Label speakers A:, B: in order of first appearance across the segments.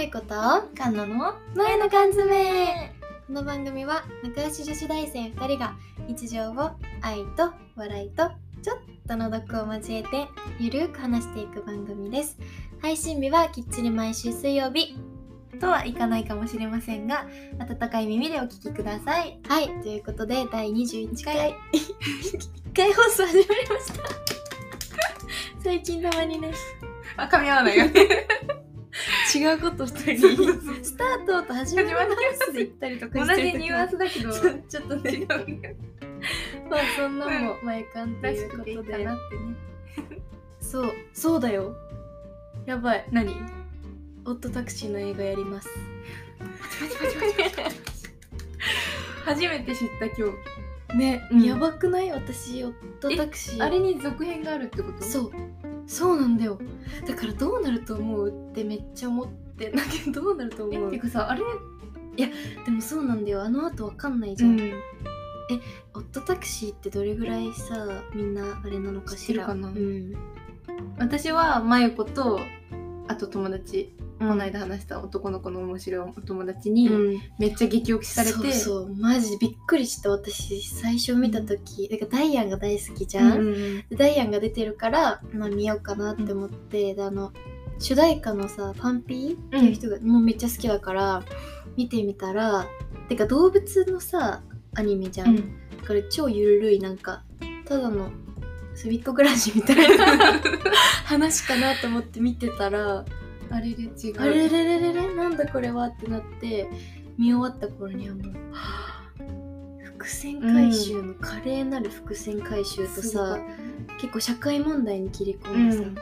A: いことカンナの前の缶詰この番組は仲良し女子大生2人が日常を愛と笑いとちょっとの毒を交えてゆるく話していく番組です配信日はきっちり毎週水曜日とはいかないかもしれませんが温かい耳でお聞きくださいはいということで第21回 1回放送始まりました 最近たまにね
B: あ、噛み合 わないよね。
A: 違うことしたり
B: そうそうそう
A: スタートと始まりますで言ったりとか
B: 同
A: してる
B: じニュアンスだけど。
A: 時はちょっとね
B: 違うね
A: まあそんなんも前感ということでなってねそうそうだよやばい
B: 何
A: オットタクシーの映画やります
B: 初めて知った今 日。
A: ね、
B: うん
A: やばくない私オットタクシー
B: あれに続編があるってこと
A: そうそうなんだよだからどうなると思うってめっちゃ思ってだけどどうなると
B: え、
A: 思
B: っ
A: う
B: ていうかさ、あれ
A: でもそうなんだよあの後わかんないじ
B: う
A: ゃん、
B: ん。
A: オットタクシーってどれぐらいさみんなあれなのかしら
B: 知ってるかな
A: うん、
B: 私は、まゆこと、あと友達、この間話した男の子の面白いお友達に、
A: うん、
B: めっちゃ激推しされて、
A: そうそうマジびっくりした私最初見た時だからダイアンが大好きじ
B: う
A: ゃん、
B: ん
A: でダイアンが出てるから、まあ、見ようかなって思って、であの主題歌のさパンピーっていう人が、もうめっちゃ好きだから見てみたらてか動物のさアニメじゃ、
B: うんん。
A: だから超ゆるいなんかただのすびっこ暮らしみたいな 話かなと思って見てたら
B: あれで違う。
A: あれれれれれなんだこれはってなって見終わった頃にはもうはぁ伏線回収の華麗なる伏線回収と
B: すご
A: さ
B: い、
A: 結構社会問題に切り込
B: うん
A: でさ、
B: ん。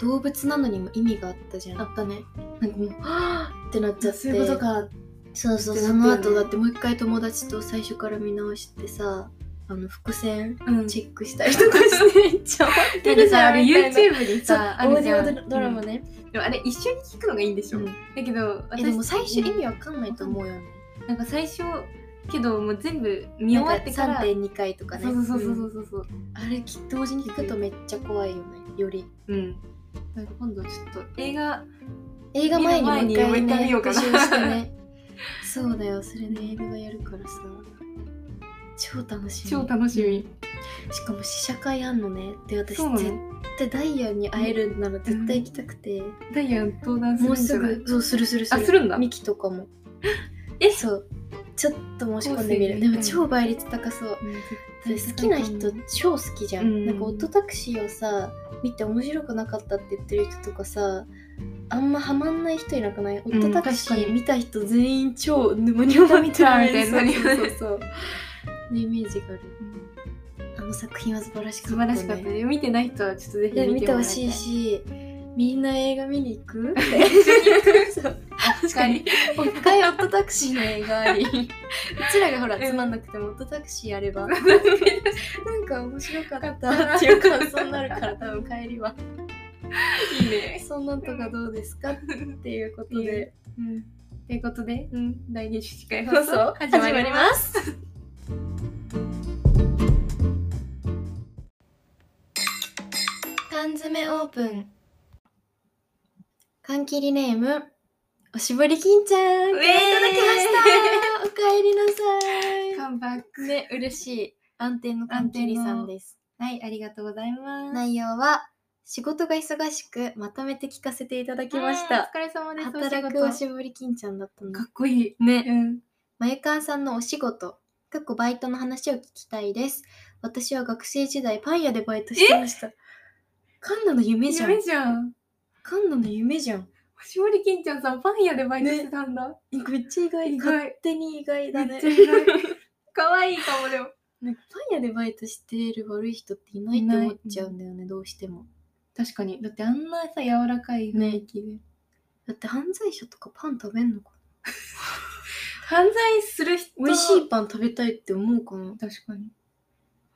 A: 動物なのにも意味があったじゃん
B: あったね。
A: なんかもうはぁってなっちゃって
B: そういうことか。
A: そうそう
B: って
A: そ
B: な
A: の
B: ったよね
A: 後だってもう一回友達と最初から見直してさあの伏線
B: うん
A: チェックしたりとかしてめっちゃ終わっ
B: な
A: て
B: んか
A: るじ
B: さ、
A: ゃ
B: あ
A: ん
B: れ
A: みたいな
B: YouTube に
A: そう
B: さ、あ
A: オーデ
B: るじゃん
A: ィオドラマね、
B: でもあれ一緒に聞くのがいいんでしょ、
A: うん
B: だけど
A: えでも最初意
B: うん
A: 味わかんないと思うよね
B: なんか最初けどもう全部見終わってから
A: 3.2回とかね
B: そうそうそううんそうそう
A: あれき同時に聞くとめっちゃ怖いよねより
B: うん、なんか今度ちょっと映画
A: 映画前にもう一回
B: 見る前にもう一回
A: ね
B: 見ようか
A: 復
B: な
A: 習してね そうだよそれで映画やるからさ超楽しみ
B: 超楽しみ、
A: しかも試写会あんのねで私
B: そうな
A: 絶
B: の
A: 対ダイヤに会えるなら絶対行きたくて、
B: ダイアン登壇す
A: もう
B: る
A: ん
B: じ
A: す
B: ゃない
A: ぐそうするするする
B: あするんだ
A: ミキとかも
B: え
A: そうちょっと申し込んでみる
B: もうすぐ
A: でも超倍率高そうそれ好きな人超好きじゃん、
B: うん
A: なんかオットタクシーをさ見て面白くなかったって言ってる人とかさあんまハマんない人いなくない、
B: ん
A: オットタクシ
B: 確か
A: ー
B: に
A: 見た人全員超沼にハマってる
B: 見たみたいな
A: そうそうそうのイメージがあるあの作品は素晴らしか
B: 素
A: った、ね
B: 晴、らしかったね見てない人はちょっとぜひ
A: で
B: 見
A: 見
B: て
A: て
B: もら
A: ほ
B: いた
A: しい
B: い
A: しみんな映画見に 行く そう
B: 確かに
A: もう一回オットタクシーの映画あり うちらがほらつまんなくてもオットタクシーやれ ばなんか面白かったっていう感想になるから多分帰りはい
B: い ね、
A: そんなんとかどうですかっていうこと
B: いい
A: で、
B: うん、ということで、うん、第21回
A: そ
B: 放
A: うそ
B: 送
A: う
B: 始まります
A: す缶詰オープン缶切りネームおしぼり金ちゃん
B: うえー
A: いただきましたおかえりなさい
B: カムバック
A: ね、嬉しい。安定の
B: 安定の
A: りさんです。
B: はいありがとうございます
A: 内容は、仕事が忙しく、まとめて聞かせていただきまし
B: うん
A: た。
B: お疲れ様です。
A: 働くおしぼり金ちゃんだったの。
B: っこいい。
A: ね。
B: うん。
A: まゆかんさんのお仕事、過去バイトの話を聞きたいです。私は学生時代、パン屋でバイトしてました。カンナの夢じゃん
B: 夢。じゃん。
A: カンナの夢じゃん。
B: おしぼり金ちゃんさん、パン屋でバイトしてたんだ。
A: めっちゃ意外。
B: 意外
A: 勝手に意外だ
B: め
A: ね
B: っち。ゃ意 外。かわいいかもでも。
A: なんかパン屋でバイトしてる悪い人っていないと思っちゃうんだよね、どうしても。
B: 確かに。だってあんなさ、柔らかい
A: 雰
B: 雰
A: 囲
B: 囲気で。
A: だって犯罪者とかパン食べんのか
B: 犯罪する人。
A: な美味しい。パン食べたいって思うかな
B: 確かに。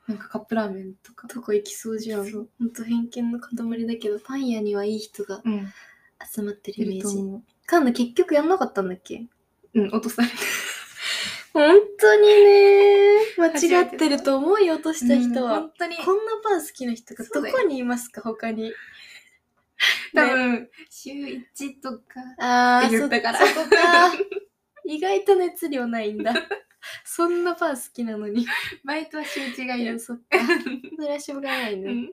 B: なんかカップラーメンとか。
A: とかいきそうじゃん
B: そ
A: ほ
B: うん
A: と偏見の塊だけどパン屋にはいい人が
B: うん。
A: 集まってる
B: い
A: イメ
B: ると
A: ージ
B: 思う。
A: カンナ結局やんなかったんだっけ
B: うん、落とされた。
A: 本当にね
B: 初
A: 間違
B: めてだ
A: ってると思いよ落とした人は、
B: うん本当に。
A: こんなパン好きな人が
B: そう
A: ど
B: だよ
A: こにいますか他に
B: 多分、週1とか。
A: あ
B: って言ったから
A: そそこか意外と熱量ないんだそんなパー好きなのに
B: バイトは週1が
A: い
B: い
A: や
B: る。
A: そっかそれはしょうがないうね、
B: ん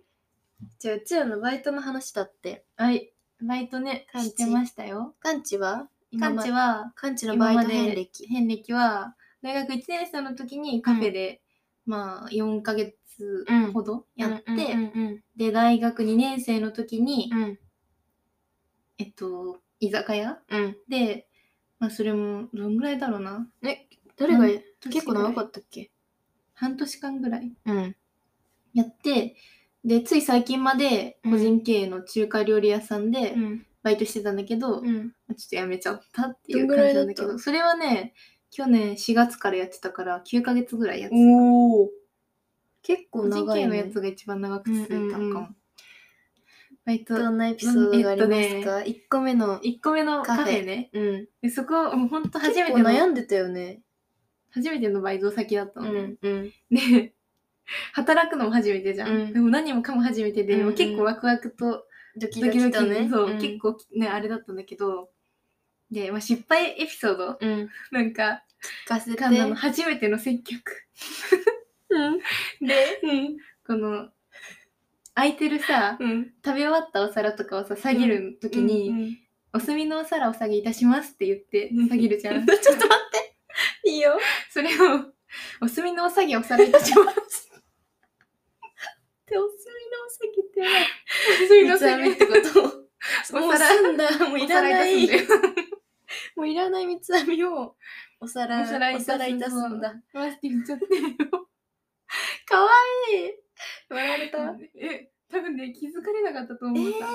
A: じゃあうちらのバイトの話だって
B: はい。バイトね、
A: カンチ
B: してましたよ。
A: カンチは今
B: カン
A: ま
B: チは、
A: カンチの
B: 今
A: バイ
B: ま
A: ト
B: で
A: 遍歴
B: 遍歴は、大学1年生の時にカフェで、まあ、4ヶ月
A: うん
B: ほどや
A: や
B: っ、
A: っててうん
B: で、大学2年生の時に、
A: うん
B: えっと、居酒屋
A: うん
B: で、まあ、それも、どんぐらいだろうな。
A: どれが
B: うん
A: 結構長か
B: った。
A: ったっけ
B: 半年間ぐらい
A: うん
B: やって、で、つい最近まで個人経営の中華料理屋さんで
A: うん
B: バイトしてたんだけど、
A: うん
B: ちょっとやめちゃったっていう
A: どんぐら
B: 感
A: い
B: じ
A: だ
B: な
A: った
B: んだけどそれはね去年4月からやってたから9ヶ月ぐらいやってた
A: おお結構
B: 個人
A: 長
B: 経
A: い、
B: 営の
A: ね
B: や、つが一番長く続いたのかも、
A: うんうんう
B: バイト
A: どんなエピソードがありますか、一1個目の
B: 1個目のカ
A: カフ
B: フ
A: ェ
B: ェね
A: うん
B: でそこもうほんと初
A: 初め
B: め
A: て
B: ての
A: 悩んでたよね
B: 初めてのバイト先だったのね、
A: うん
B: で 働くのも初めてじゃん、
A: うん
B: でも何もかも初めてで、
A: うんうん
B: 結構ワクワクと
A: ドキ
B: ド
A: ド
B: キ
A: キ
B: ド
A: だ
B: キ、
A: ね
B: そう、
A: ん
B: 結構ねあれだったんだけどで、まあ、失敗エピソード
A: うん
B: なんか
A: 聞かせて
B: カンナの初めての接客
A: うん
B: で
A: うん
B: この空いてるさ
A: うん
B: 食べ終わったお皿とかをさ下げる時に、お済みのお皿お下げいたします」って言って
A: うん
B: 下げるじゃ ん
A: ちょっと待っていいよ
B: それを「お済みのお下げお皿いたします」
A: でお墨のお酒ってやばい
B: お済
A: 三つ編みってこと
B: お
A: もう
B: 皿
A: 済んだもういらな
B: お皿い
A: い
B: たすんだよ
A: もういらない三つ編みをお皿
B: お皿いたす
A: いたすんだ
B: わって言っちゃってるよ
A: かわいい笑われた
B: え多分ね気づかれなかったと思った、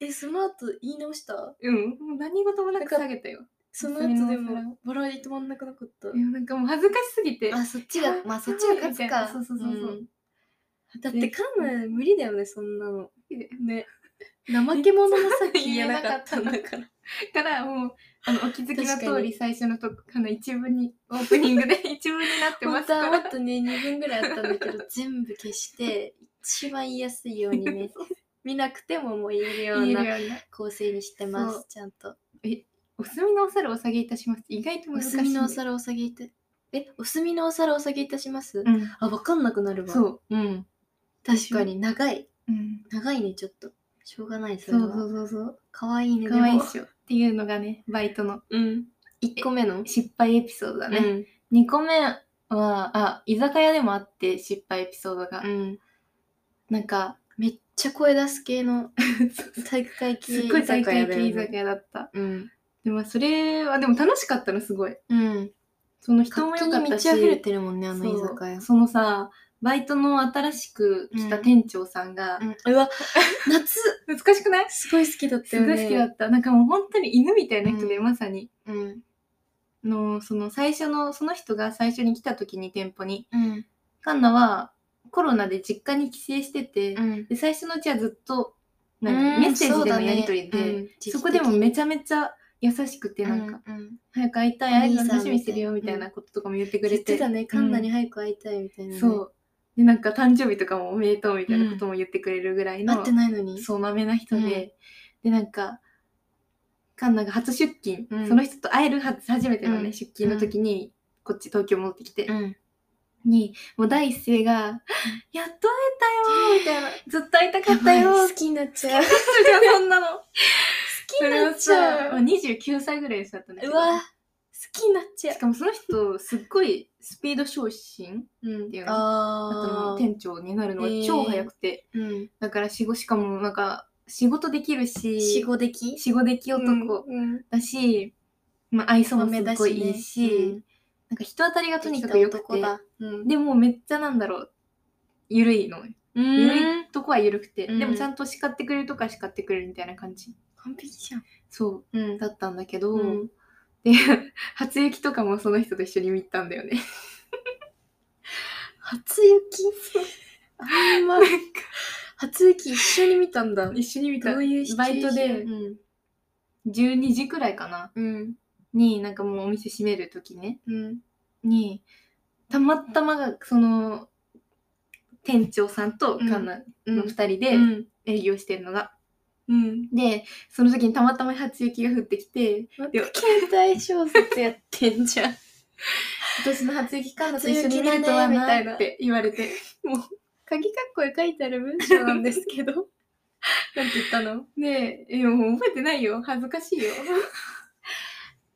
A: えその後言い直した
B: うんもう何事もなく下げたよ
A: その後で
B: お墨の
A: も笑い止まんなくなかった
B: いやなんかもう恥ずかしすぎて
A: あそっちがまあそっちが勝つか
B: そうそうそうそうん
A: だってカム無理だよねそんなのね
B: 怠
A: 負
B: け
A: け
B: 者
A: 者の
B: のさ
A: さ
B: っ
A: っ
B: き
A: き
B: 言
A: 言
B: え
A: えな
B: なか
A: か
B: っ
A: ったた
B: ん
A: ん
B: だ
A: だから
B: からもうあのお気づきの
A: 確か
B: 通り
A: に
B: 最初のとこあの一文にオープニングで 一文になってま
A: 本
B: す
A: 当
B: か
A: はもっ
B: ら
A: とね2分ぐらいあったんだけ ど全部消して一番言いやすいようにね見なくてももう言えるよう
B: 言える
A: な
B: ような
A: 構成にしてま
B: そう
A: すちゃんと
B: お墨のお皿お下げいたします意外と
A: お
B: 難しい
A: 墨のお皿お下げいたえお墨のお皿お下げいたします、
B: うん
A: あ分かんなくなるわ
B: そううん、
A: 確かに長い
B: うん、
A: 長いねちょっとしょうがないそ
B: そ
A: れ
B: う
A: は
B: そうそうそう
A: かわいいね
B: 可愛い
A: で
B: っ
A: も
B: しょっていうのがねバイトの
A: うん1個目の
B: 失敗エピソードだね、2個目はあ居酒屋でもあって失敗エピソードが、
A: うんうん
B: なんか
A: めっちゃ声出す系の体育会系
B: すっごい大会系
A: 居
B: 居
A: 酒
B: 酒
A: 屋
B: 屋だった
A: うん
B: でもそれはでも楽しかったのすごい
A: うん
B: その人
A: 人
B: も
A: も
B: 良
A: よ
B: か
A: か
B: っ
A: ったた
B: し
A: し満ち溢れてるもんねあの居
B: そう
A: 酒屋
B: そのさバイトの新しく来た店長さんが、
A: うんう わ夏
B: 難しくない
A: すごい好きだった
B: す
A: よね
B: ごい好きだったなんかもう本当に犬みたいな人で、
A: うん
B: まさに
A: うん
B: のその最初のその人が最初に来た時に店舗に
A: うん
B: カンナはコロナで実家に帰省してて、
A: うん
B: で最初のうちはずっとなんかメッセージでのやり取りでそ,、こでもめちゃめちゃ優しくて
A: ゃ
B: なんか、早く会いたい
A: お
B: 会え
A: 兄
B: る
A: さん
B: の楽しみにしてるよみ
A: み
B: た
A: たい
B: い
A: な
B: なこととかも言ってく
A: 言
B: れ
A: って
B: て
A: たねカンナに早く会いたいみたいなね
B: そう。で、なんか誕生日とかもおめでとうみたいなことも言ってくれるぐらいの、
A: 会ってないのに
B: そう、まめな人で、で、なんか、カンナが初出勤、
A: うん
B: その人と会えるは初めてのね、
A: うん
B: 出勤の時に、こっち東京戻ってきて、
A: うん
B: に、もう第一声が、やっと会えたよーみたいな、ずっと会いたか
A: や
B: ったよー
A: 好
B: って
A: きになっちゃう好
B: 言ってたそんなの。好
A: きになっちゃう
B: 29歳ぐらいでしたったんだけ
A: う
B: ど
A: わ好きになっちゃ
B: しかもその人、すっごいスピード昇進
A: ううん
B: っていうのあと
A: あ
B: の
A: ー
B: 店長になるのが超早くて、
A: うん
B: だから仕事しかもなんか仕事できるし
A: 死後でき
B: 仕事でき男
A: うん
B: だし、まあ、愛想もすっごいいいし
A: うん
B: なんか人当たりがとにかく良く
A: できた男
B: て
A: だうん
B: でもめっちゃなんだろうゆるいの
A: う
B: ゆる
A: ん
B: いとこはゆるくて、
A: うん
B: でもちゃんと叱ってくれるとか叱ってくれるみたいな感じ
A: 完璧じゃん
B: そう
A: うん
B: だったんだけど、
A: うん
B: で 初雪とかもその人と一緒に見たんだよね
A: 初雪あんま
B: なんか
A: 初雪一緒に見たんだ
B: 一緒に見た
A: どういうシチュエ
B: バ
A: ー
B: イ
A: ショ
B: ト
A: ン
B: で12時くらいかな
A: うん
B: になんかもうお店閉める時ね
A: うん
B: にたまたまがその店長さんと
A: うん
B: カンナ
A: う
B: の
A: ん
B: 2人で
A: うん
B: 営業してんのが。
A: うん。
B: でその時にたまたま初雪が降ってきて
A: また携帯小説やってんじゃん。
B: 私の初雪カードと
A: 初
B: 一緒に
A: 雪
B: 見
A: だね
B: るとは
A: みたい
B: な
A: な
B: って言われて
A: 鍵括弧に書いてある文章 なんですけど。なんて言ったの
B: ねええもう覚えてないよ恥ず かしいよ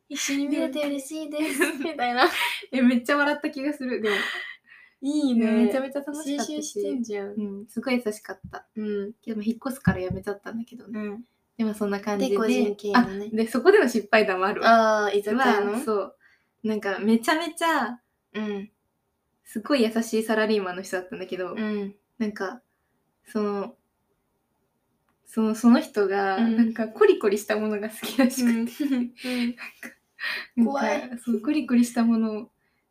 A: 一緒に見れて嬉しいです。 みたいな。
B: えめっちゃ笑った気がするでも
A: いい
B: めちゃめちゃ楽しか
A: 青
B: っ
A: 春
B: たし
A: してんじゃん。
B: うん、すごい優しかった
A: うん。
B: けどまあ引っ越すからやめちゃったんだけどね
A: うん。
B: でもそんな感じで
A: で個人経営
B: あ
A: のね
B: でそこでの失敗談もあるわ
A: ああ、居酒屋の
B: はそうなんかめちゃめちゃ
A: うん。
B: すごい優しいサラリーマンの人だったんだけど、
A: うん。
B: なんかそのそのその人が、
A: うん
B: なんかコリコリしたものが好きらしくて、なんか
A: 怖い
B: そうコリコリしたもの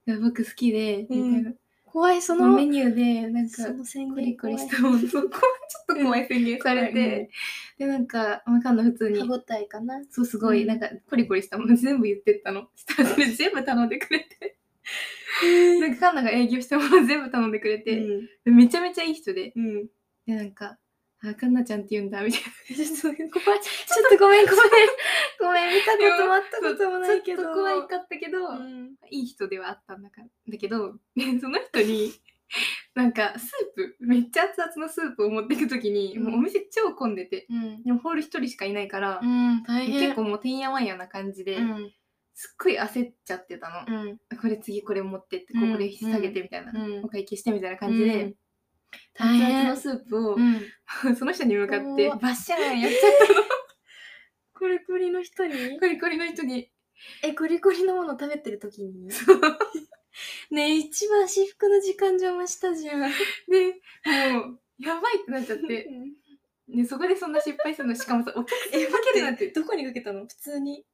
B: が僕好きで、
A: うん
B: みたいな
A: 怖い、そ
B: そのメ
A: の、
B: ニューでなんか
A: その宣
B: コリ
A: 言
B: コ
A: 怖い
B: リしたも のそうこうちょっと怖い宣言されて、でなんかわかんない普通に
A: 歯応えかな。
B: そうすごい、
A: うん
B: なんかコリコリしたもの全部言ってったの したらそれ全部頼んでくれてなんかカンナが営業したもの 全部頼んでくれて、
A: うん
B: めちゃめちゃいい人で
A: うん。
B: でなんか「あカンナちゃんって言うんだ」みたいなちょっと怖いち
A: ちょっとごめん、ごめん。ごめん、見たこともあった
B: ょ
A: こともないけど。
B: ちょっと怖いかったけど、
A: うん。
B: いい人ではあったんだからだけどでその人になんかスープめっちゃ熱々のスープを持っていく時に、もうお店超混んでて
A: うん。
B: でもホール一人しかいないから、
A: うん、大変。
B: 結構もうてんやわんやな感じで、
A: うん。
B: すっごい焦っちゃってたの、
A: うん。
B: これ次これ持ってってこ
A: うん
B: これ下げてみたいな、
A: うん
B: お会計してみたいな感じで、
A: うん大
B: 熱々
A: 変
B: の。スープを、
A: うん。
B: その人に向かって
A: 怖っ
B: バッシャーンやっちゃった
A: コリコリの人に
B: コリコリの人に
A: え、コリコリのもの食べてる時にねえ、一番私服の時間邪魔したじゃん。
B: でもうやばいってなっちゃって
A: え、
B: でそこでそんな失敗したのしかもさお客さんにかけるなんて
A: どこにかけたの普通に。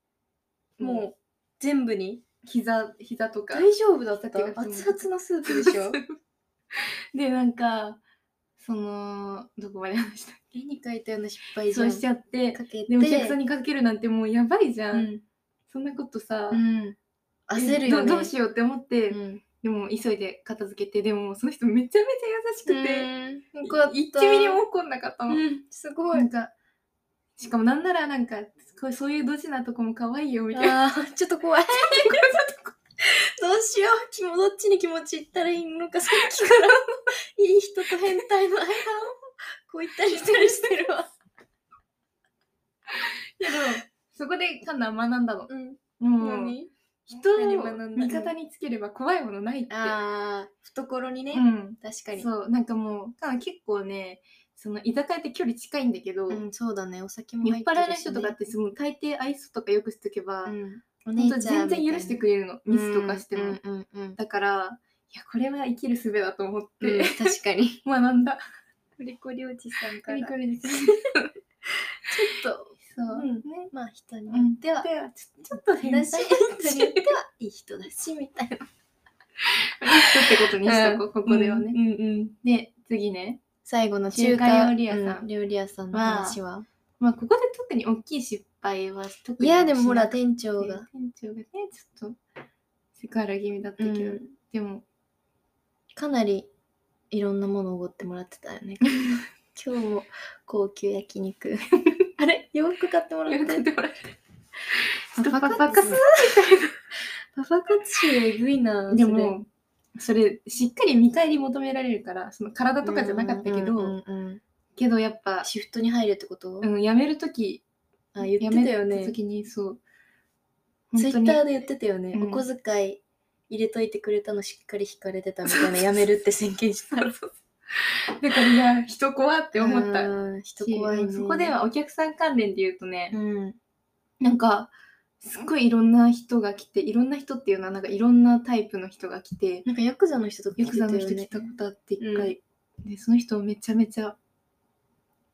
A: も
B: もう
A: う、全部に。
B: 膝膝とか
A: 大丈夫だった熱
B: だって
A: 々
B: が
A: のスープでしょ
B: でなんかそのどこまで話したっ
A: 絵に描いたような失
B: け
A: 敗じゃ。
B: そうんしちゃって
A: かけて。
B: でもお客さんにかけるなんてもうやばいじゃ、
A: うんん。
B: そんなことさ、
A: うん。焦るよね。
B: どどうしようって思って、
A: うん
B: でも急いで片付けてでもその人めちゃめちゃ優しくて、
A: うんよかった。
B: 1ミリも怒んなかったの、
A: うん。すご。
B: ないんかしかもなんならなんかこうそういうドジなとこも可愛いよみたいな
A: あーちょっと怖い。どうしようきも。どっちに気持ちいったらいいのか、さっきから。いい人と変態の間を、こう行ったりしたりしてるわ。
B: けどそこでカンナは学んだの
A: うん。
B: もう
A: 何
B: 人
A: 何
B: を
A: 学んだの
B: 味方につければ怖いものないって
A: ああ、懐にね。
B: うん
A: 確かに。
B: そうなんかもうカンナ結構ねその居酒屋って距離近いんだけど、
A: うん、そうだね。お酒も
B: 酔っ
A: 入ってる
B: 払
A: し、
B: いの人とかってその大抵愛想とかよくしとけば、
A: うん、お
B: 本当全然許してく
A: れ
B: れるのミスとかしても、
A: うんうんうんうん
B: だからいやこれは生きる術だと思っ
A: うん
B: て、
A: 確か に。
B: 学んだ
A: コリコリおじさん
B: コリコ
A: ちょ
B: リです
A: っと、
B: そう、
A: うん
B: ね
A: まあ人によ
B: うん
A: っては、
B: ではちょちょっと変態
A: だし、人によっ
B: いい人って
A: はいい人だ し、みたいな。
B: てことにしとこう、ここではね、
A: うんうん
B: で次ね
A: 最後の
B: 中
A: 中
B: 華
A: 華
B: 料理屋さん
A: う料理屋さんの話は。
B: まあここで特に大きい失敗は特
A: い
B: に
A: や、でもほら、
B: し
A: 店
B: な
A: 長
B: くて
A: が。
B: 店長がねちょっとセクハラ気味だったけど、
A: うん
B: でも
A: かなりいろんなものをおごってもらってたよ ね。今日も高級焼肉。あれ洋服買ってもら
B: 喜
A: っ
B: ん
A: て。
B: でもらえた
A: パ
B: パ
A: パ
B: パ
A: 活
B: パ活
A: パパ活臭えぐいな。
B: で
A: それ
B: もそれしっかり見返り求められるからその体とかじゃなかったけど、
A: うんうんうんうん
B: けどやっぱ、
A: シフトに入るってこと、
B: うん、辞める時
A: あ言って
B: 辞め
A: たよね
B: 時にそう
A: ツイッターで言ってたよね、
B: うん
A: お小遣い入れといてくれたのしっかり引かれてたみたいなやめるって宣言 したっ
B: だからいや人怖って思った
A: 人怖いね
B: そこではお客さん関連で言うとね
A: う、ん
B: なんかすっごいいろんな人が来ていろんな人っていうのはなんかいろんなタイプの人が来て
A: なんかヤクザの人とか
B: ヤ
A: 来
B: ク
A: てた
B: ザ
A: よ
B: の人
A: ね
B: 来たことあって一回、でその人めちゃめちゃ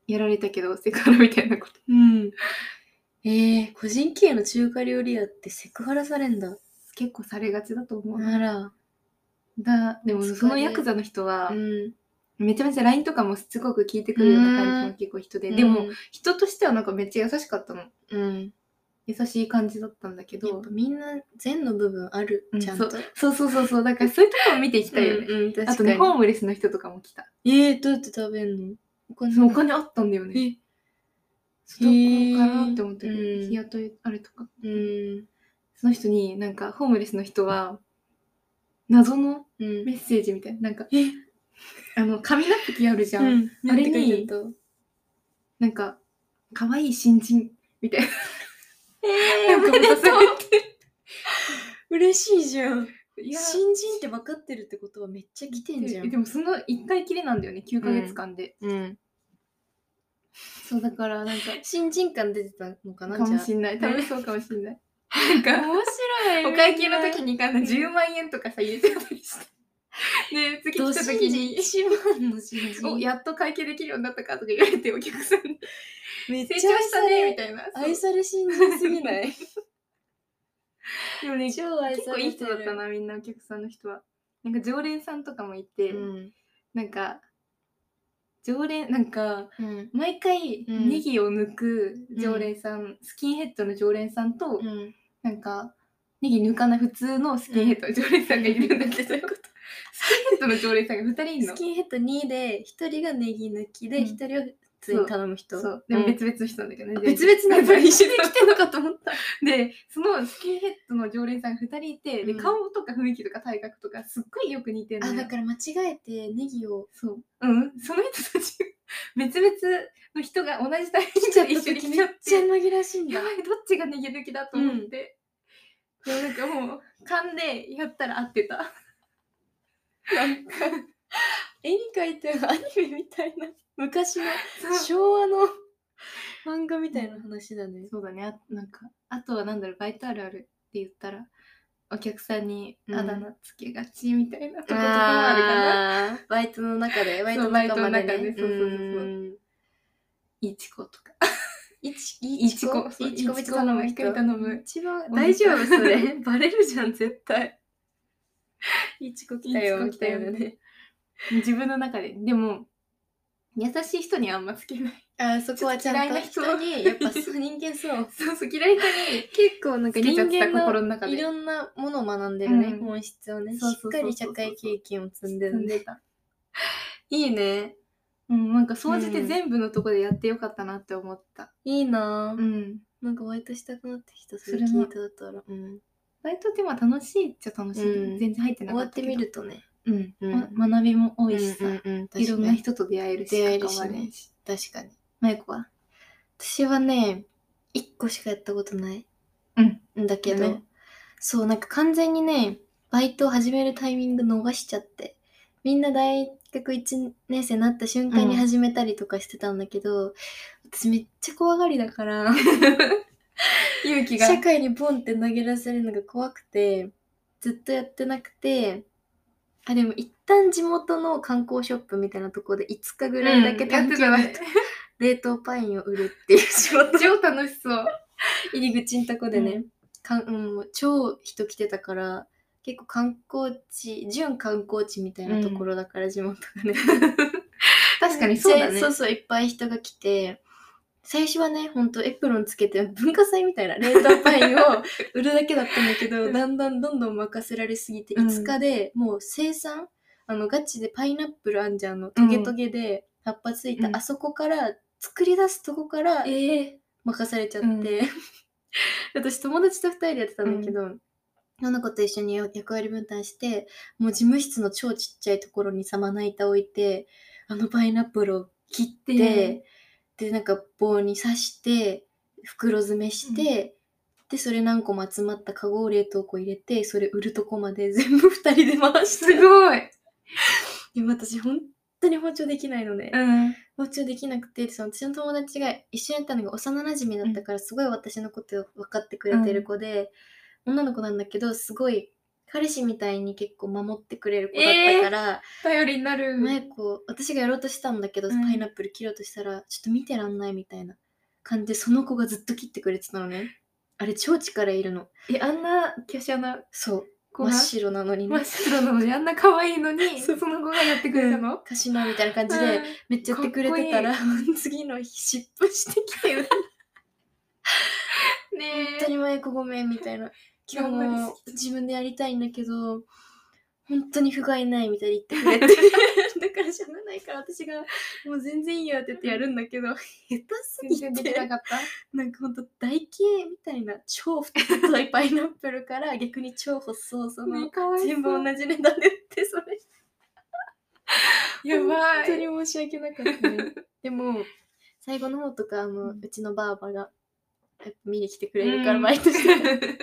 B: やられたけどセクハラみたいなこと
A: うんえー、個人経営の中華料理屋ってセクハラされんだ
B: 結構されがちだと思う、
A: あら
B: だでも
A: 疲れ
B: そのヤクザの人は
A: うん
B: めちゃめちゃ LINE とかもしつこく聞いてくるような感じの結構人で、でも人としてはなんかめっちゃ優しかったの
A: うん
B: 優しい感じだったんだけ
A: やっ
B: ど
A: ぱみんな善の部分ある、
B: うん
A: ちゃんと
B: そうそうそうそうだからそういうところを見ていきたいよね、
A: うんうん確かに
B: あとねホームレスの人とかも来た
A: えー、どうやって食べんの金
B: そうお
A: が
B: 金あったんだよね。
A: え
B: そどこからって思って
A: へーうん
B: 日雇いあれとか。
A: うん
B: その人になんかホームレスの人は謎の
A: うん
B: メッセージみたいななんか
A: え
B: あの紙ナプキンあるじゃん、
A: あれ
B: なんて書い
A: に
B: てなんか可愛い 新人みたい
A: え
B: な
A: ー、お
B: なん
A: め
B: か
A: で
B: 渡
A: と
B: さ
A: う
B: れて
A: 嬉しいじゃん
B: いや
A: 新人って分かってるってことはめっちゃ来てんじゃ
B: で
A: ん
B: もその1回きりなんだよね9ヶ月間で、
A: うん
B: そうだからなんか
A: 新人感出てたのかな
B: か
A: じゃ
B: も
A: あ
B: しんない
A: じゃあ
B: 多分そうかもしんないなん か
A: 面白い
B: お会計の時
A: に
B: にかんな10万円とかさ入れてたり してで次
A: ど
B: 来
A: う
B: た
A: 新
B: 時
A: 人
B: に
A: 一番の新
B: お
A: 人
B: やっと会計できるようになったかとか言われてお客さんに
A: めっ
B: 成長したねみたいなそう
A: 愛され新人すぎない
B: でもね
A: 超愛
B: 結
A: さ
B: 構
A: れてる
B: いい人だったなみんなお客さんの人はなんか常連さんとかもいて、
A: うん
B: なんか常連なんか
A: うん
B: 毎回
A: うん
B: ネギを抜く常連さん、スキンヘッドの常連さんと、
A: うん
B: なんかネギ抜かない普通のスキンヘッドの常連さんがいるんだけど、スキンヘッドの常連さんが2人いる
A: ス
B: の
A: キンヘッド2で1人がネギ抜きで
B: うん
A: 1人は普通に頼む人
B: そうでも別々の人なんだけどね、
A: 別々なんだ一緒に来てんのかと思った
B: でそのスキンヘッドの常連さんが2人いて、で
A: うん
B: 顔とか雰囲気とか体格とかすっごいよく似てるの
A: あ
B: よ
A: だから間違えてネギを
B: そう。うん。その人たち、別々の人が同じタイミ
A: 来ちゃ
B: ン
A: っ
B: グで
A: た
B: 一緒に
A: 時
B: 来
A: め
B: ちゃ
A: っ
B: っ
A: ちゃ
B: て、
A: 紛らわしいん だ
B: やばい、どっちが逃げ抜きだと思って。でもなんかもう、勘でやったら合って た。
A: なんか絵に描いてるアニメみたいな 昔の
B: そう
A: 昭和の漫画みたいな話だね。
B: そうだね。あなんか、あとはなんだろう、バイトあるあるって言ったら、お客さんにあだ名つけがちみたいなとことかもあるかな。
A: あーバイトの中でバイトの
B: そう
A: 中まで
B: バイトの中
A: ね
B: でそうそうそうそう
A: うん
B: いちことか。
A: いちいちこ
B: そう
A: いちこめっちゃ
B: いちこ
A: 頼む
B: 毎
A: 人
B: 回頼む。
A: 一番
B: 大
A: 大
B: 丈
A: 丈
B: 夫
A: 夫
B: そ
A: そ
B: れ
A: れバレるじゃん絶対いちこ来たよ
B: いちこ来たよ
A: みいな
B: 自分の中で。でも、優しい人にはあんまつけない。
A: あーそこはちゃんと
B: ちょっ
A: 人
B: と
A: にやっぱそう人間 そう
B: そうそう、嫌い人に
A: 結構なんか
B: つけ
A: 人
B: ちゃってた
A: 間の
B: 心の中で
A: いろんなものを学んでるね、
B: うん
A: 本質をねし
B: そう
A: っ
B: そうそう
A: か
B: そう
A: り社会経験を積んで
B: 住
A: る
B: ん
A: ね
B: でた。
A: いいね
B: うん、なんか掃除っ
A: う
B: て
A: ん
B: 全部のとこでやってよかったなって思った。
A: いいなあ、
B: うん。
A: なんかバイトしたくなってきたそれ
B: それも
A: 聞いただったら、うん、
B: バイトってまあ楽しいっちゃ楽しい。
A: うん
B: 全然入ってな
A: 終わ
B: かっ
A: った
B: け
A: て
B: ど。
A: みるとね
B: うん、
A: うん
B: ま学びも多いしさ、
A: うんうんうん
B: い
A: 確
B: ろん
A: か
B: な
A: に
B: 人と出会えるし、
A: 出会えるしね
B: 関われるし。
A: 確かに
B: まゆこは
A: 私はね1個しかやったことない
B: うん
A: んだけど、
B: だね
A: そうなんか完全にねバイトを始めるタイミング逃しちゃってみんな大学1年生になった瞬間に
B: うん
A: 始めたりとかしてたんだけど、私めっちゃ怖がりだから
B: 勇気が。
A: 社会にボンって投げ出されるのが怖くてずっとやってなくてあでも一旦地元の観光ショップみたいなとこで5日ぐらいだけ
B: や
A: 短
B: って
A: 期
B: た
A: バイ
B: ね
A: ト。冷凍パインを売るっていう仕事
B: 超楽しそう。
A: 入り口のとこでね、
B: う
A: かんうん、もう超人来てたから結構観光地純観光地みたいなところだから、地元がね
B: 確かにそう
A: め
B: だ
A: っ
B: ね
A: ちゃ。そうそういっぱい人が来て最初はねほんとエプロンつけて文化祭みたいな冷凍パ インを売るだけだったんだけ
B: う
A: ど
B: ん
A: だんだんどんどん任せられすぎて
B: うん
A: 5日でもう生産あのガチでパイナップルあんじゃんのトゲトゲで葉っぱついた、
B: うん
A: あそこから作り出すとこから
B: ええ
A: 任されちゃって、
B: うん
A: 私友達と2人でやってたんだけど、のの子と一緒に役割分担してもう事務室の超ちっちゃいところにさまな板置いてあのパイナップルを切って、
B: で
A: でなんか棒に刺して袋詰めして、でそれ何個も集まったカゴを冷凍庫入れてそれ売るとこまで全部2人で回し
B: す
A: て
B: ごい。
A: でも私本当に包丁できないのね。
B: うん。
A: 包丁できなくてその私の友達が一緒にやったのが幼なじみだったから、すごい私のことを分かってくれてる子で、女の子なんだけどすごい彼氏みたいに結構守ってくれる子だったから、
B: 頼りになる。
A: 前こう私がやろうとしたんだけど、
B: うん
A: パイナップル切ろうとしたらちょっと見てらんないみたいな感じでその子がずっと切ってくれてたのねあれ超力いるの
B: え、あんな華奢な
A: そう
B: 子
A: 真
B: が
A: っ白なのに
B: 真っ
A: ね
B: 白なのに、あんな可愛いの に、
A: そ
B: そうの子がやってくれたの、
A: カシノみたいな感じ
B: う
A: で
B: ん
A: めっちゃやってくれてたら 次の日湿布してきて
B: ね
A: 本当にマイコごめんみたいな今日
B: 頑張りすぎ
A: も自分でやりたいんだけど本当に不甲斐ないみたいに言 ってくれてだからしゃべないから私がもう全然いいよって言ってやるんだけど下手す
B: 全然
A: ぎ
B: で
A: て
B: きなかった
A: なんかほんと楕形みたいな超太いパイナップルから逆に超細そうその、
B: ねかわいそう
A: 全部同じ値段で売ってそれ
B: やば
A: 本当
B: い
A: に申し訳なかった ねでも最後の方とかあの、う
B: うん
A: ちのばあばがやっぱ見に来てくれるから毎 年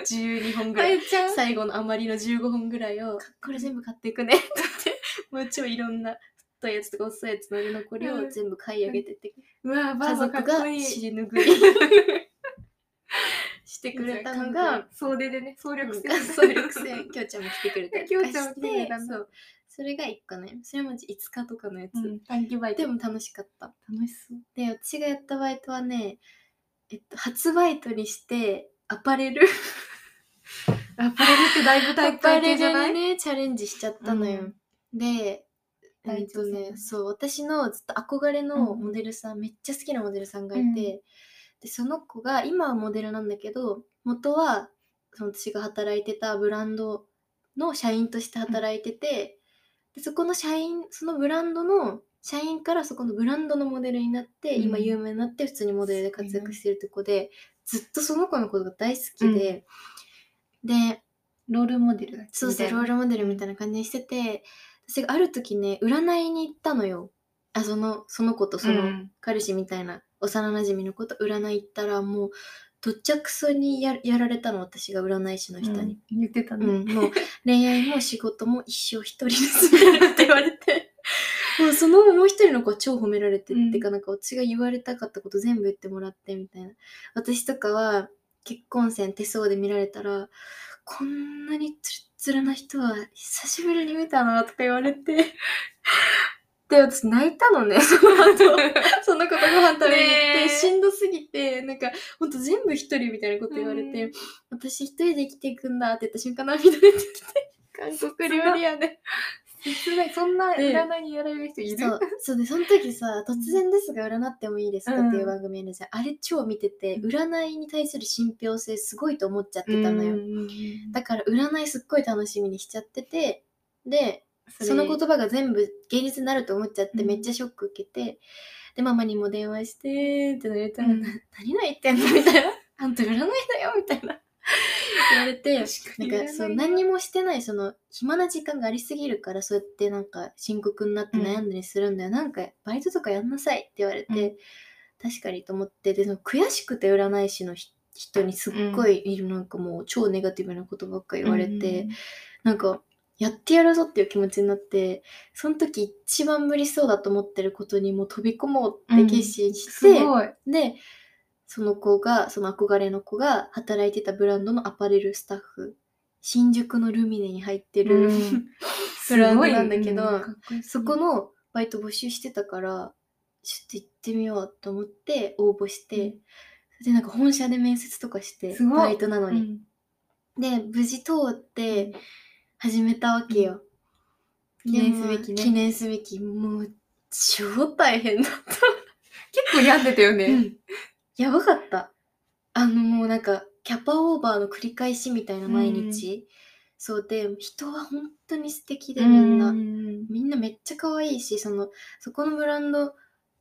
A: 12本ぐらい
B: ゆちゃ
A: 最後の余りの15本ぐらいをこれ全部買っていくねって言ってもうちょいいろんな太いやつとか細いやつの残りを全部買い上げてって、
B: うわば
A: 家
B: あばか
A: 族
B: っこ
A: が
B: いい
A: 尻拭い してくれたのが
B: 総出でね総
A: なん
B: 力
A: か
B: 戦
A: そういう癖きょうちゃんも来てくれたりと
B: きょ
A: か
B: うちゃん
A: し
B: も来てくれ
A: て
B: たんだ
A: そうそれが1個ねそれも5日とかのやつ、
B: うん短期バイト
A: でも楽しかった
B: 楽しそう
A: で私がやったバイトはね、えっと、初バイトにしてアパレル
B: アパレルってだいぶ
A: ア
B: 体
A: パ
B: 感
A: レ
B: 系じゃ
A: ル
B: ない
A: にねチャレンジしちゃったのよ、でえ
B: 第
A: っ
B: 一
A: と
B: 次
A: ねそう私のずっと憧れの
B: うん
A: モデルさん、めっちゃ好きなモデルさんがいて、
B: うん
A: でその子が今はモデルなんだけど元はその私が働いてたブランドの社員として働いてて、でそこの社員そのブランドの社員からそこのブランドのモデルになって、
B: うん
A: 今有名になって普通にモデルで活躍してるとこで、ずっとその子のことが大好きで、で
B: ロールモデルだっけ
A: そうそう
B: みた
A: ロー
B: いな
A: ルモデルみたいな感じにしてて私がある時ね占いに行ったのよあそのその子とその、
B: うん
A: 彼氏みたいな幼なじみの子と占い行ったらもうどっちゃくそにややられたの私が占い師の人に、
B: うん言ってた
A: うん
B: ね
A: もう恋愛も仕事も一生一人ですみたいなこと言われてもうそのもう一人の子は超褒められてる
B: うん
A: っていうか、なんか私が言われたかったこと全部言ってもらってみたいな私とかは結婚線手相で見られたらこんなにツルッツルな人は久しぶりに見たなとか言われてで私泣いたのねその 後その子とご飯食べに行
B: ね
A: って
B: え
A: しんどすぎてなんかほんと全部一人みたいなこと言われて、
B: うん
A: 私一人で生きていくんだって言った瞬間涙出てきて韓国料理屋で
B: 切ないそんな
A: で
B: 占いにやられる人いる
A: そうそうでその時さ「突然ですが占ってもいいですか?」っていううん番組あるじゃん、あれ超見てて
B: う
A: 占いに対する信憑性すごいと思っちゃってたのよ、
B: うん
A: だから占いすっごい楽しみにしちゃっててでその言葉が全部現実になると思っちゃって
B: うん
A: めっちゃショック受けて、でママにも電話してーって言われたら、
B: うん
A: な何が言ってんのみたいな「あんた占いだよ」みたいな言われて
B: 確か
A: なん
B: に
A: かそう何にもしてないその暇な時間がありすぎるからそうやってなんか深刻になって悩んだりするんだよ、なんかバイトとかやんなさいって言われて、確かにと思ってでその悔しくて占い師のひ人にすっごい、なんかもう超ネガティブなことばっか言われて、なんかやってやるぞっていう気持ちになってその時一番無理そうだと思ってることにもう飛び込もうって決心して、
B: すごい
A: でその子がその憧れの子が働いてたブランドのアパレルスタッフ新宿のルミネに入ってる、
B: うん
A: ブランドなんだけど
B: すごいうんかっこい い
A: そこのバイト募集してたからちょっと行ってみようと思って応募して、
B: うん
A: でなんか本社で面接とかして
B: すごい
A: バイトなの
B: う
A: に、
B: ん
A: で無事通って始めたわけよ、
B: うん
A: で
B: 記念すべきね
A: 記念すべきもう超大変だった
B: 結構病んでたよね、
A: うんやばかったあのもうなんかキャパオーバーの繰り返しみたいな毎日、そうで人は本当に素敵でみんな、
B: うん
A: みんなめっちゃ可愛いしそのそこのブランド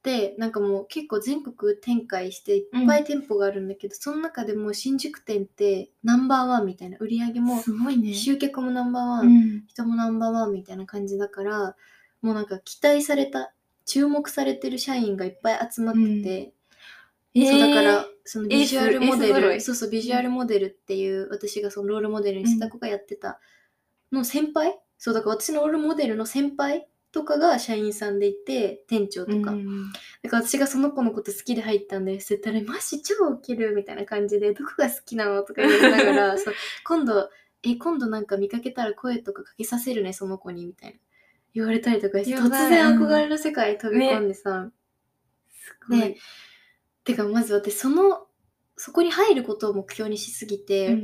A: でなんかもう結構全国展開していっぱい店舗があるんだけど、その中でもう新宿店ってナンバーワンみたいな売り上げも
B: すごいね
A: 集客もナンバーワン、
B: うん
A: 人もナンバーワンみたいな感じだからもうなんか期待された注目されてる社員がいっぱい集まってて、そうだからその
B: エース
A: ビジュアルモデ
B: エース揃
A: ル
B: い
A: そうそうビジュアルモデルっていう私がそのロールモデルにしてた子がやってたの先輩、そうだから私のロールモデルの先輩とかが社員さんでいて店長とか、
B: うん
A: だから私がその子のこと好きで入ったんですって言ったら「マジ超ウケる」みたいな感じで「どこが好きなの?」とか言いなが らそう今度「え今度なんか見かけたら声とかかけさせるねその子に」みたいな言われたりとかして
B: や
A: 突
B: ばい
A: 然
B: うん
A: 憧れの世界に飛び込んでさ、
B: すごい
A: ねてかまず私そのそこに入ることを目標にしすぎて、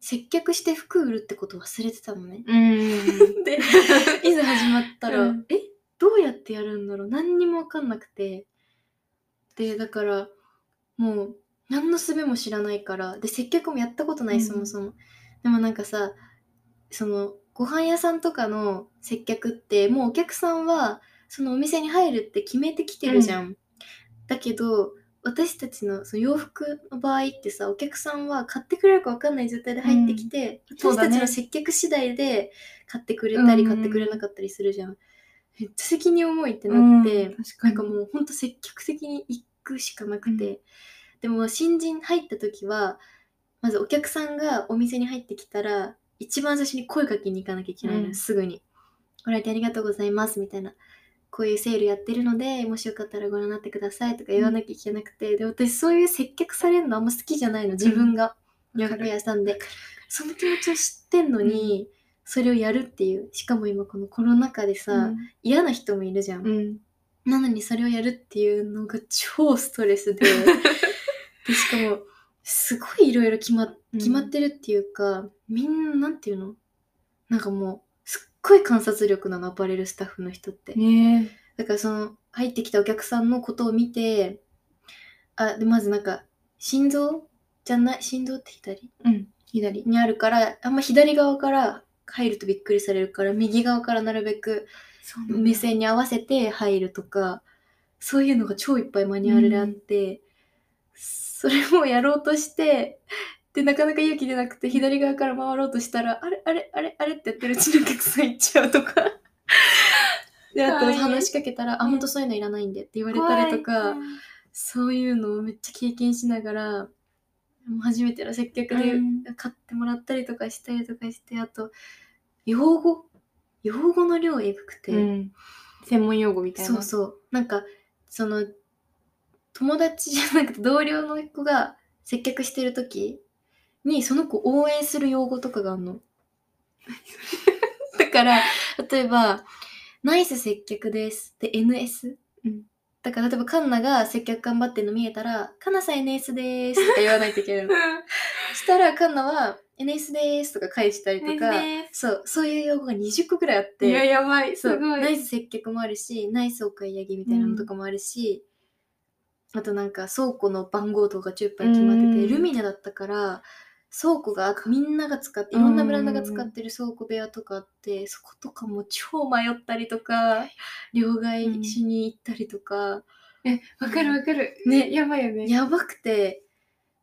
A: 接客して服売るってことを忘れてたのね。
B: うん
A: で いざ始まったら、
B: うん
A: えどうやってやるんだろう何にも分かんなくてでだからもう何の術も知らないからで接客もやったことない、
B: うん
A: そもそもでもなんかさそのご飯屋さんとかの接客ってもうお客さんはそのお店に入るって決めてきてるじゃん、だけど私たちのその洋服の場合ってさお客さんは買ってくれるか分かんない状態で入ってきて、
B: んそう
A: 私
B: だね
A: たちの接客次第で買ってくれたり
B: うん
A: 買ってくれなかったりするじゃん、めっちゃ責任重いってなって、
B: うん確か
A: なんか
B: に
A: もうほんと積極的に行くしかなくて、でも新人入った時はまずお客さんがお店に入ってきたら一番最初に声かけに行かなきゃいけないの、
B: うん
A: すぐに「ご来店ありがとうございます」みたいな「こういうセールやってるのでもしよかったらご覧になってください」とか言わなきゃいけなくて、で私そういう接客されるのあんま好きじゃないの自分が洋服屋さんでその気持ちを知ってんのに、それをやるっていうしかも今このコロナ禍でさ、嫌な人もいるじゃん
B: うん、うん
A: なのにそれをやるっていうのが超ストレスででしかもすごいいろいろ決ま決まってるっていうか、みんななんていうのなんかもうすっごい観察力なのアパレルスタッフの人って、
B: ね
A: だからその入ってきたお客さんのことを見てあでまずなんか心臓じゃない心臓って左
B: えうん
A: 左にあるからあんま左側から入るとびっくりされるから右側からなるべく
B: そうなんだ
A: 目線に合わせて入るとかそういうのが超いっぱいマニュアルであって、それもやろうとしてでなかなか勇気出なくて左側から回ろうとしたらあれあれあれあれってやってるうちにお客さん行っちゃうとかであ
B: か
A: と
B: わいい
A: 話しかけたら「あ
B: うん
A: ほんとそういうのいらないんで」って言われたりとか、
B: 怖い
A: そういうのをめっちゃ経験しながらもう初めての接客で
B: うん
A: 買ってもらったりとかしたりとかしてあと用語用語の量えぐくて。
B: うん、専門用語みたいな
A: そうそうなんかその友達じゃなくて同僚の子が接客してる時にその子を応援する用語とかがある の。だから例えば「ナイス接客です」って NS、
B: うん。
A: だから例えばカンナが接客頑張ってるの見えたら「カンナさん NS です」とか言わないといけないの したらカンナは「NS です」とか返したり
B: うん
A: とか、
B: ね
A: そうそういう用語が20個ぐらいあっ
B: え
A: て。
B: いややばい
A: そ
B: す
A: う
B: ごい
A: ナイス接客もあるしナイスお買い上げみたいなのとかもあるし、あとなんか倉庫の番号とかちょいっぱい決まってて、
B: うん
A: ルミネだったから倉庫がみんなが使っていろんなブランドが使ってる倉庫部屋とかあって、そことかも超迷ったりとか両替しに行ったりとか、
B: えわかるわかる
A: ね
B: やばいよね
A: やばくて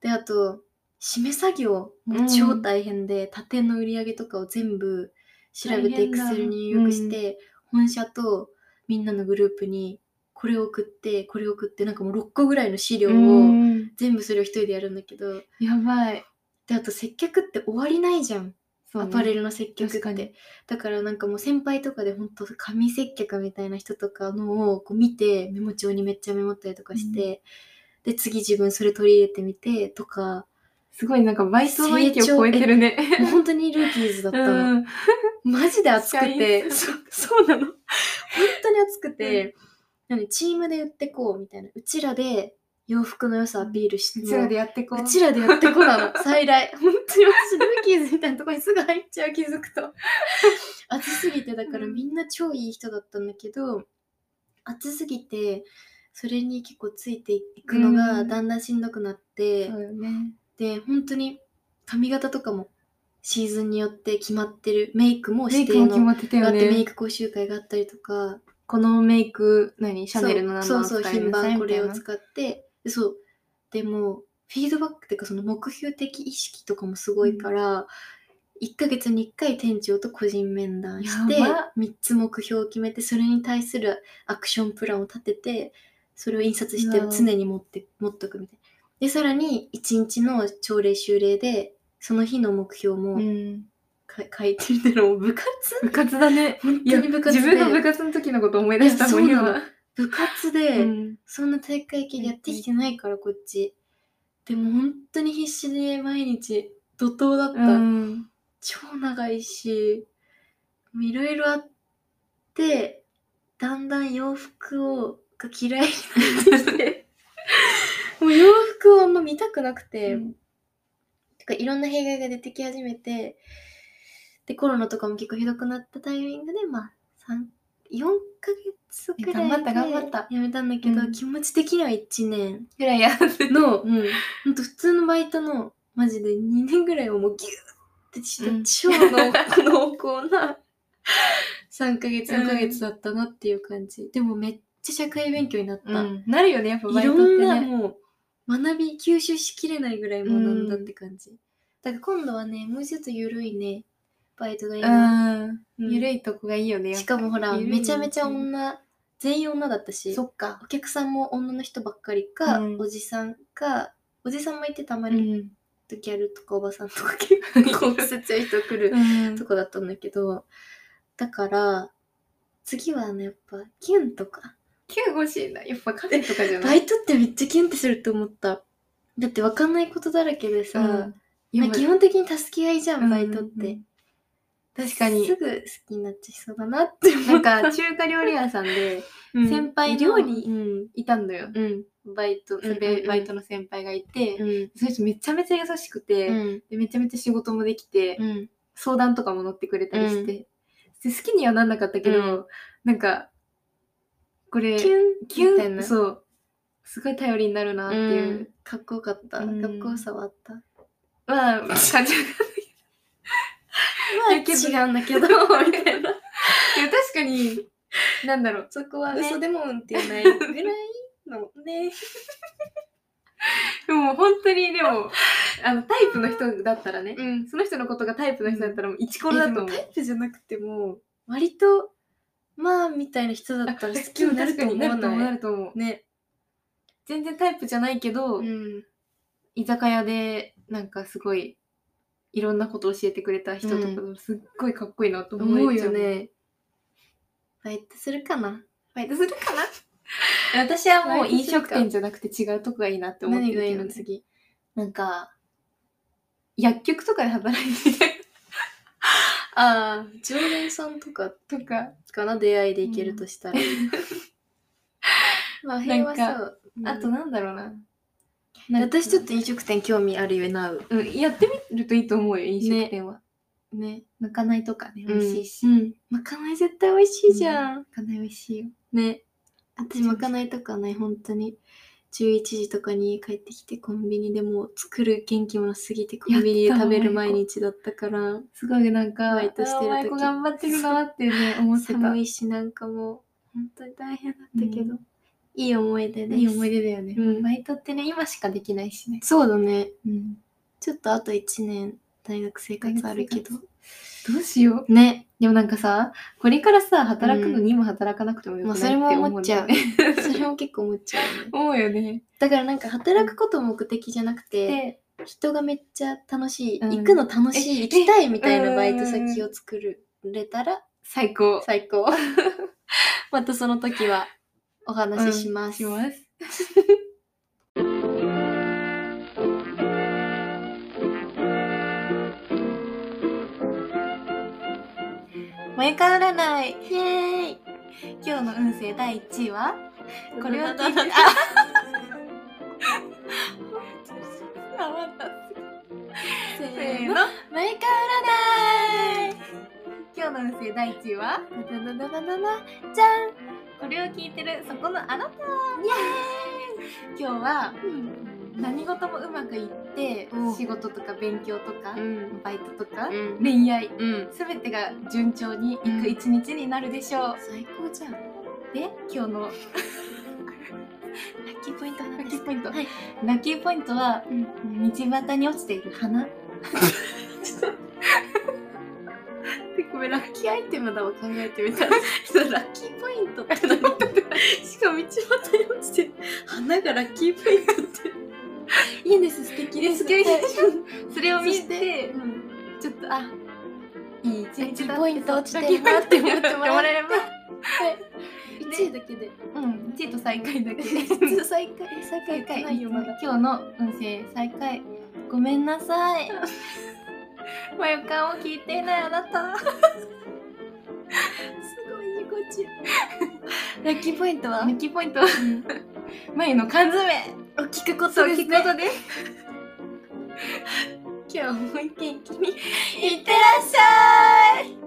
A: であと締め作業も超大変で、他店の売り上げとかを全部調べ
B: 大
A: てエ
B: 変
A: ク
B: だ
A: セルに入力して、本社とみんなのグループにこれを送ってこれを送ってなんかもう6個ぐらいの資料
B: う
A: を
B: ん
A: 全部それを一人でやるんだけど、
B: やばい
A: であと接客って終わりないじゃん、アパレ
B: ル
A: ルの接客っ
B: 確か
A: て
B: に
A: だからなんかもう先輩とかで本当紙接客みたいな人とかのをこう見てメモ帳にめっちゃメモったりとかして、で次自分それ取り入れてみてとか
B: すごいなんかバイトの域を超えてるね
A: もう本当にルーキーズだったの、
B: うん
A: マジで熱 くて
B: 社
A: そ
B: 員
A: そうなの本当に熱くて、なのでチームで売ってこうみたいなうちらで洋服の良さアピールして
B: うちらでやってこう
A: うちらでやってこなの再来本当に私ルーキーズみたいなとこにすぐ入っちゃう気づくと暑すぎてだから
B: うん
A: みんな超いい人だったんだけど、暑すぎてそれに結構ついていくのが
B: うん
A: だんだんしんどくなって、
B: そうよね
A: で本当に髪型とかもシーズンによって決まってるメイクも
B: メ
A: 指
B: イク
A: 定
B: も決
A: の
B: まってた
A: があ
B: よ
A: ってメイ
B: ね
A: ク講習会があったりとか
B: このメイク何シャネルの名
A: そう
B: 前
A: そうそう
B: 使い
A: 品
B: なさい
A: 番これを
B: みたいな
A: 使ってでそうでもフィードバックっていうかその目標的意識とかもすごいから、1ヶ月に1回店長と個人面談して
B: やば
A: 3つ目標を決めてそれに対するアクションプランを立ててそれを印刷して
B: うわ
A: 常に持って持っとくみたいな。でさらに1日の朝礼修礼でその日の目標も
B: うん
A: か、 書いてるってのも部活
B: 部活だね
A: 本
B: い
A: 当
B: や
A: に部活
B: 自
A: で
B: 分の部活の時のこと思い出したもん
A: いやそうなの
B: 今
A: 部活で、
B: うん
A: そんな体育会系でやってきてないからこっち。でも本当に必死で毎日怒涛だった。
B: うん
A: 超長いし、もういろいろあって、だんだん洋服をが嫌いになってき て、もう洋服をあんま見たくなくて、
B: うん
A: てかいろんな弊害が出てき始めて、で、コロナとかも結構ひどくなったタイミングで、まあ、三4ヶ月くらいで
B: 頑張った頑張った
A: やめたんだけど、
B: うん
A: 気持ち的には1年
B: ぐらいやって
A: の、うん、ほんと普通のバイトのマジで2年ぐらいをもうギューっってした超の濃厚な3ヶ月
B: う
A: 4
B: ん
A: ヶ月だったなっていう感じ、でもめっちゃ社会勉強になった、
B: うん、なるよねやっぱバ
A: い
B: イト
A: ろ
B: って
A: んな
B: ね
A: もう学び吸収しきれないぐらい学んだって感じ、だから今度はねもうちょっと緩いねバイトがいいな、
B: うん
A: い
B: 緩いとこがいいよねやっぱ
A: しかもほら
B: 緩い
A: めちゃめちゃ女全員女だったし
B: そっか
A: お客さんも女の人ばっかりか、
B: うん
A: おじさんかおじさんもいてたま
B: う
A: に
B: ん
A: とギャルとかおばさんとか結 構ちっちゃい人来るとこだったんだけどだから次はねやっぱキュンとか
B: キュン欲しいなやっぱカフェとかじゃな
A: バ
B: い
A: イトってめっちゃキュンってすると思っただって分かんないことだらけでさ、
B: うん
A: まあ基本的に助け合いじゃ
B: うん
A: んバイトって、
B: うん確かに
A: すぐ好きになっちゃいそうだなって
B: な
A: 思
B: ん
A: った
B: か中華料理屋さんで
A: うん
B: 先輩の
A: 料理
B: うんいたんだよ
A: うん
B: バイト
A: んうんうん
B: バイトの先輩がいて
A: うん
B: その人めちゃめちゃ優しくて、
A: うん
B: でめちゃめちゃ仕事もできて、
A: うん
B: 相談とかも乗ってくれたりして、で好きにはなんなかったけど、
A: うん
B: なんかこれ
A: キュン
B: キュン
A: みたいな
B: そうすごい頼りになるなっていう、
A: うんかっこよかった、
B: うん
A: かっこよさはあった
B: まあ感じ
A: まあ
B: だけど
A: 違うんだ けどみたいな
B: でも確かになんだろう
A: そこは
B: ね
A: 嘘でもうんって言えないぐらいのね
B: でも本当にでも あのタイプの人だったらね、
A: うん
B: その人のことがタイプの人だったらもう一コ
A: え
B: ロだ
A: で
B: と
A: も
B: 思
A: タ
B: う。
A: イプじゃなくても割とまあみたいな人だったら好きになると思わ
B: 確かに
A: な
B: な
A: い
B: ると思うなると思う
A: ね
B: 全然タイプじゃないけど、
A: うん
B: 居酒屋でなんかすごいいろんなこと教えてくれた人とか、すっごいかっこいいなと思
A: 思う
B: えちゃ
A: よ
B: う
A: ねバイトするかな
B: バイトするかな私はもう
A: バイト
B: 飲
A: する
B: 食
A: か
B: 店じゃなくて違うとこがいいなって思って
A: 何
B: る
A: がいい
B: けど
A: の
B: ね
A: 次なんか
B: 薬局とかで働いててああ
A: 常連さんとか
B: とか
A: かな出会いで行けるとしたら、 まあ平和
B: なん
A: そう、うん
B: あとなんだろうな。
A: 私ちょっ
B: と、
A: と飲食店興味あるゆえなう
B: うん、やってみるといいと思うよ、飲食店は。
A: ね
B: まかないとかね、美
A: 美
B: 味
A: 味
B: し
A: し
B: い
A: い
B: し。
A: し、まかない絶対美味しいじゃん、
B: まかない美味しいよ。
A: ね私まかないとかね本当に11時とかに帰ってきてコンビニでもう作る元気もなすぎてコンビニで食べる毎日だったから
B: すごいなんか、
A: バイトしてる時
B: あお前子頑張ってるなって ね、思ってた。
A: 寒いしなんかもう本当に大変だったけど、
B: う
A: いい思い出です
B: いい思い出だよね、
A: うん
B: バイトってね、今しかできないしね。
A: そうだね
B: うん、
A: ちょっとあと1年大学生活あるけど
B: どうしよう。
A: ね
B: でもなんかさ、これからさ、働くのにも働かなくてもよ
A: まあ
B: く
A: そ
B: ない
A: れ
B: って
A: も
B: 思う
A: 思っち ゃう
B: ね。
A: それも結構思っちゃうよね
B: 思うよね。
A: だからなんか働くことを目的じゃなくて、
B: で、
A: 人がめっちゃ楽しい、
B: うん
A: 行くの楽しい
B: え
A: 行きたいみたい
B: え
A: な
B: うん
A: バイト先を作れたら
B: 最高。
A: 最高 またその時はお話しします、
B: します。
A: もやか占いイエーイ
B: 今日の運勢第1位はこれを聞いて
A: あせーのもやか占い
B: 今日の運勢第1位は
A: ダダダダダダじゃん
B: これを聞いてるそこのあなたイエーイ今日は何事もうまくいって
A: うん
B: 仕事とか勉強とか
A: ん
B: バイトとか
A: うん
B: 恋愛
A: うん
B: すべてが順調にいく一日になるでしょう
A: 最高じゃんラ
B: で今日の
A: ッキーポイントなん
B: ラッ
A: で
B: キ
A: す
B: ーポイント
A: はい
B: ラッキーポイントは
A: うん
B: 道端に落ちている花
A: ごめんラッキーアイテムだわ考えてみたら そうラッキーポイントって何か しかも道端に落ちて花がラッキーポイントっていいんです素敵です
B: 素敵でしょそれを
A: そ
B: 見
A: して
B: て
A: うん
B: ちょっとあいい一日だ
A: ポイント落ちてるなって思ってもらえれば
B: 思
A: はい1位だけで
B: ばうん1位と 最下位だ け
A: 普通最下位最下位行
B: 最
A: か
B: 下
A: な
B: 位
A: いよまだ
B: 今日の運勢最下位ごめんなさいまゆかんを聞いていないあなた
A: すごいニコチ ラッキーポイントは
B: ラッキーポイントはまゆの缶詰
A: お聞くこ
B: そ
A: と
B: う
A: です
B: 聞
A: ね
B: くことです
A: 今日も元気にいってらっしゃい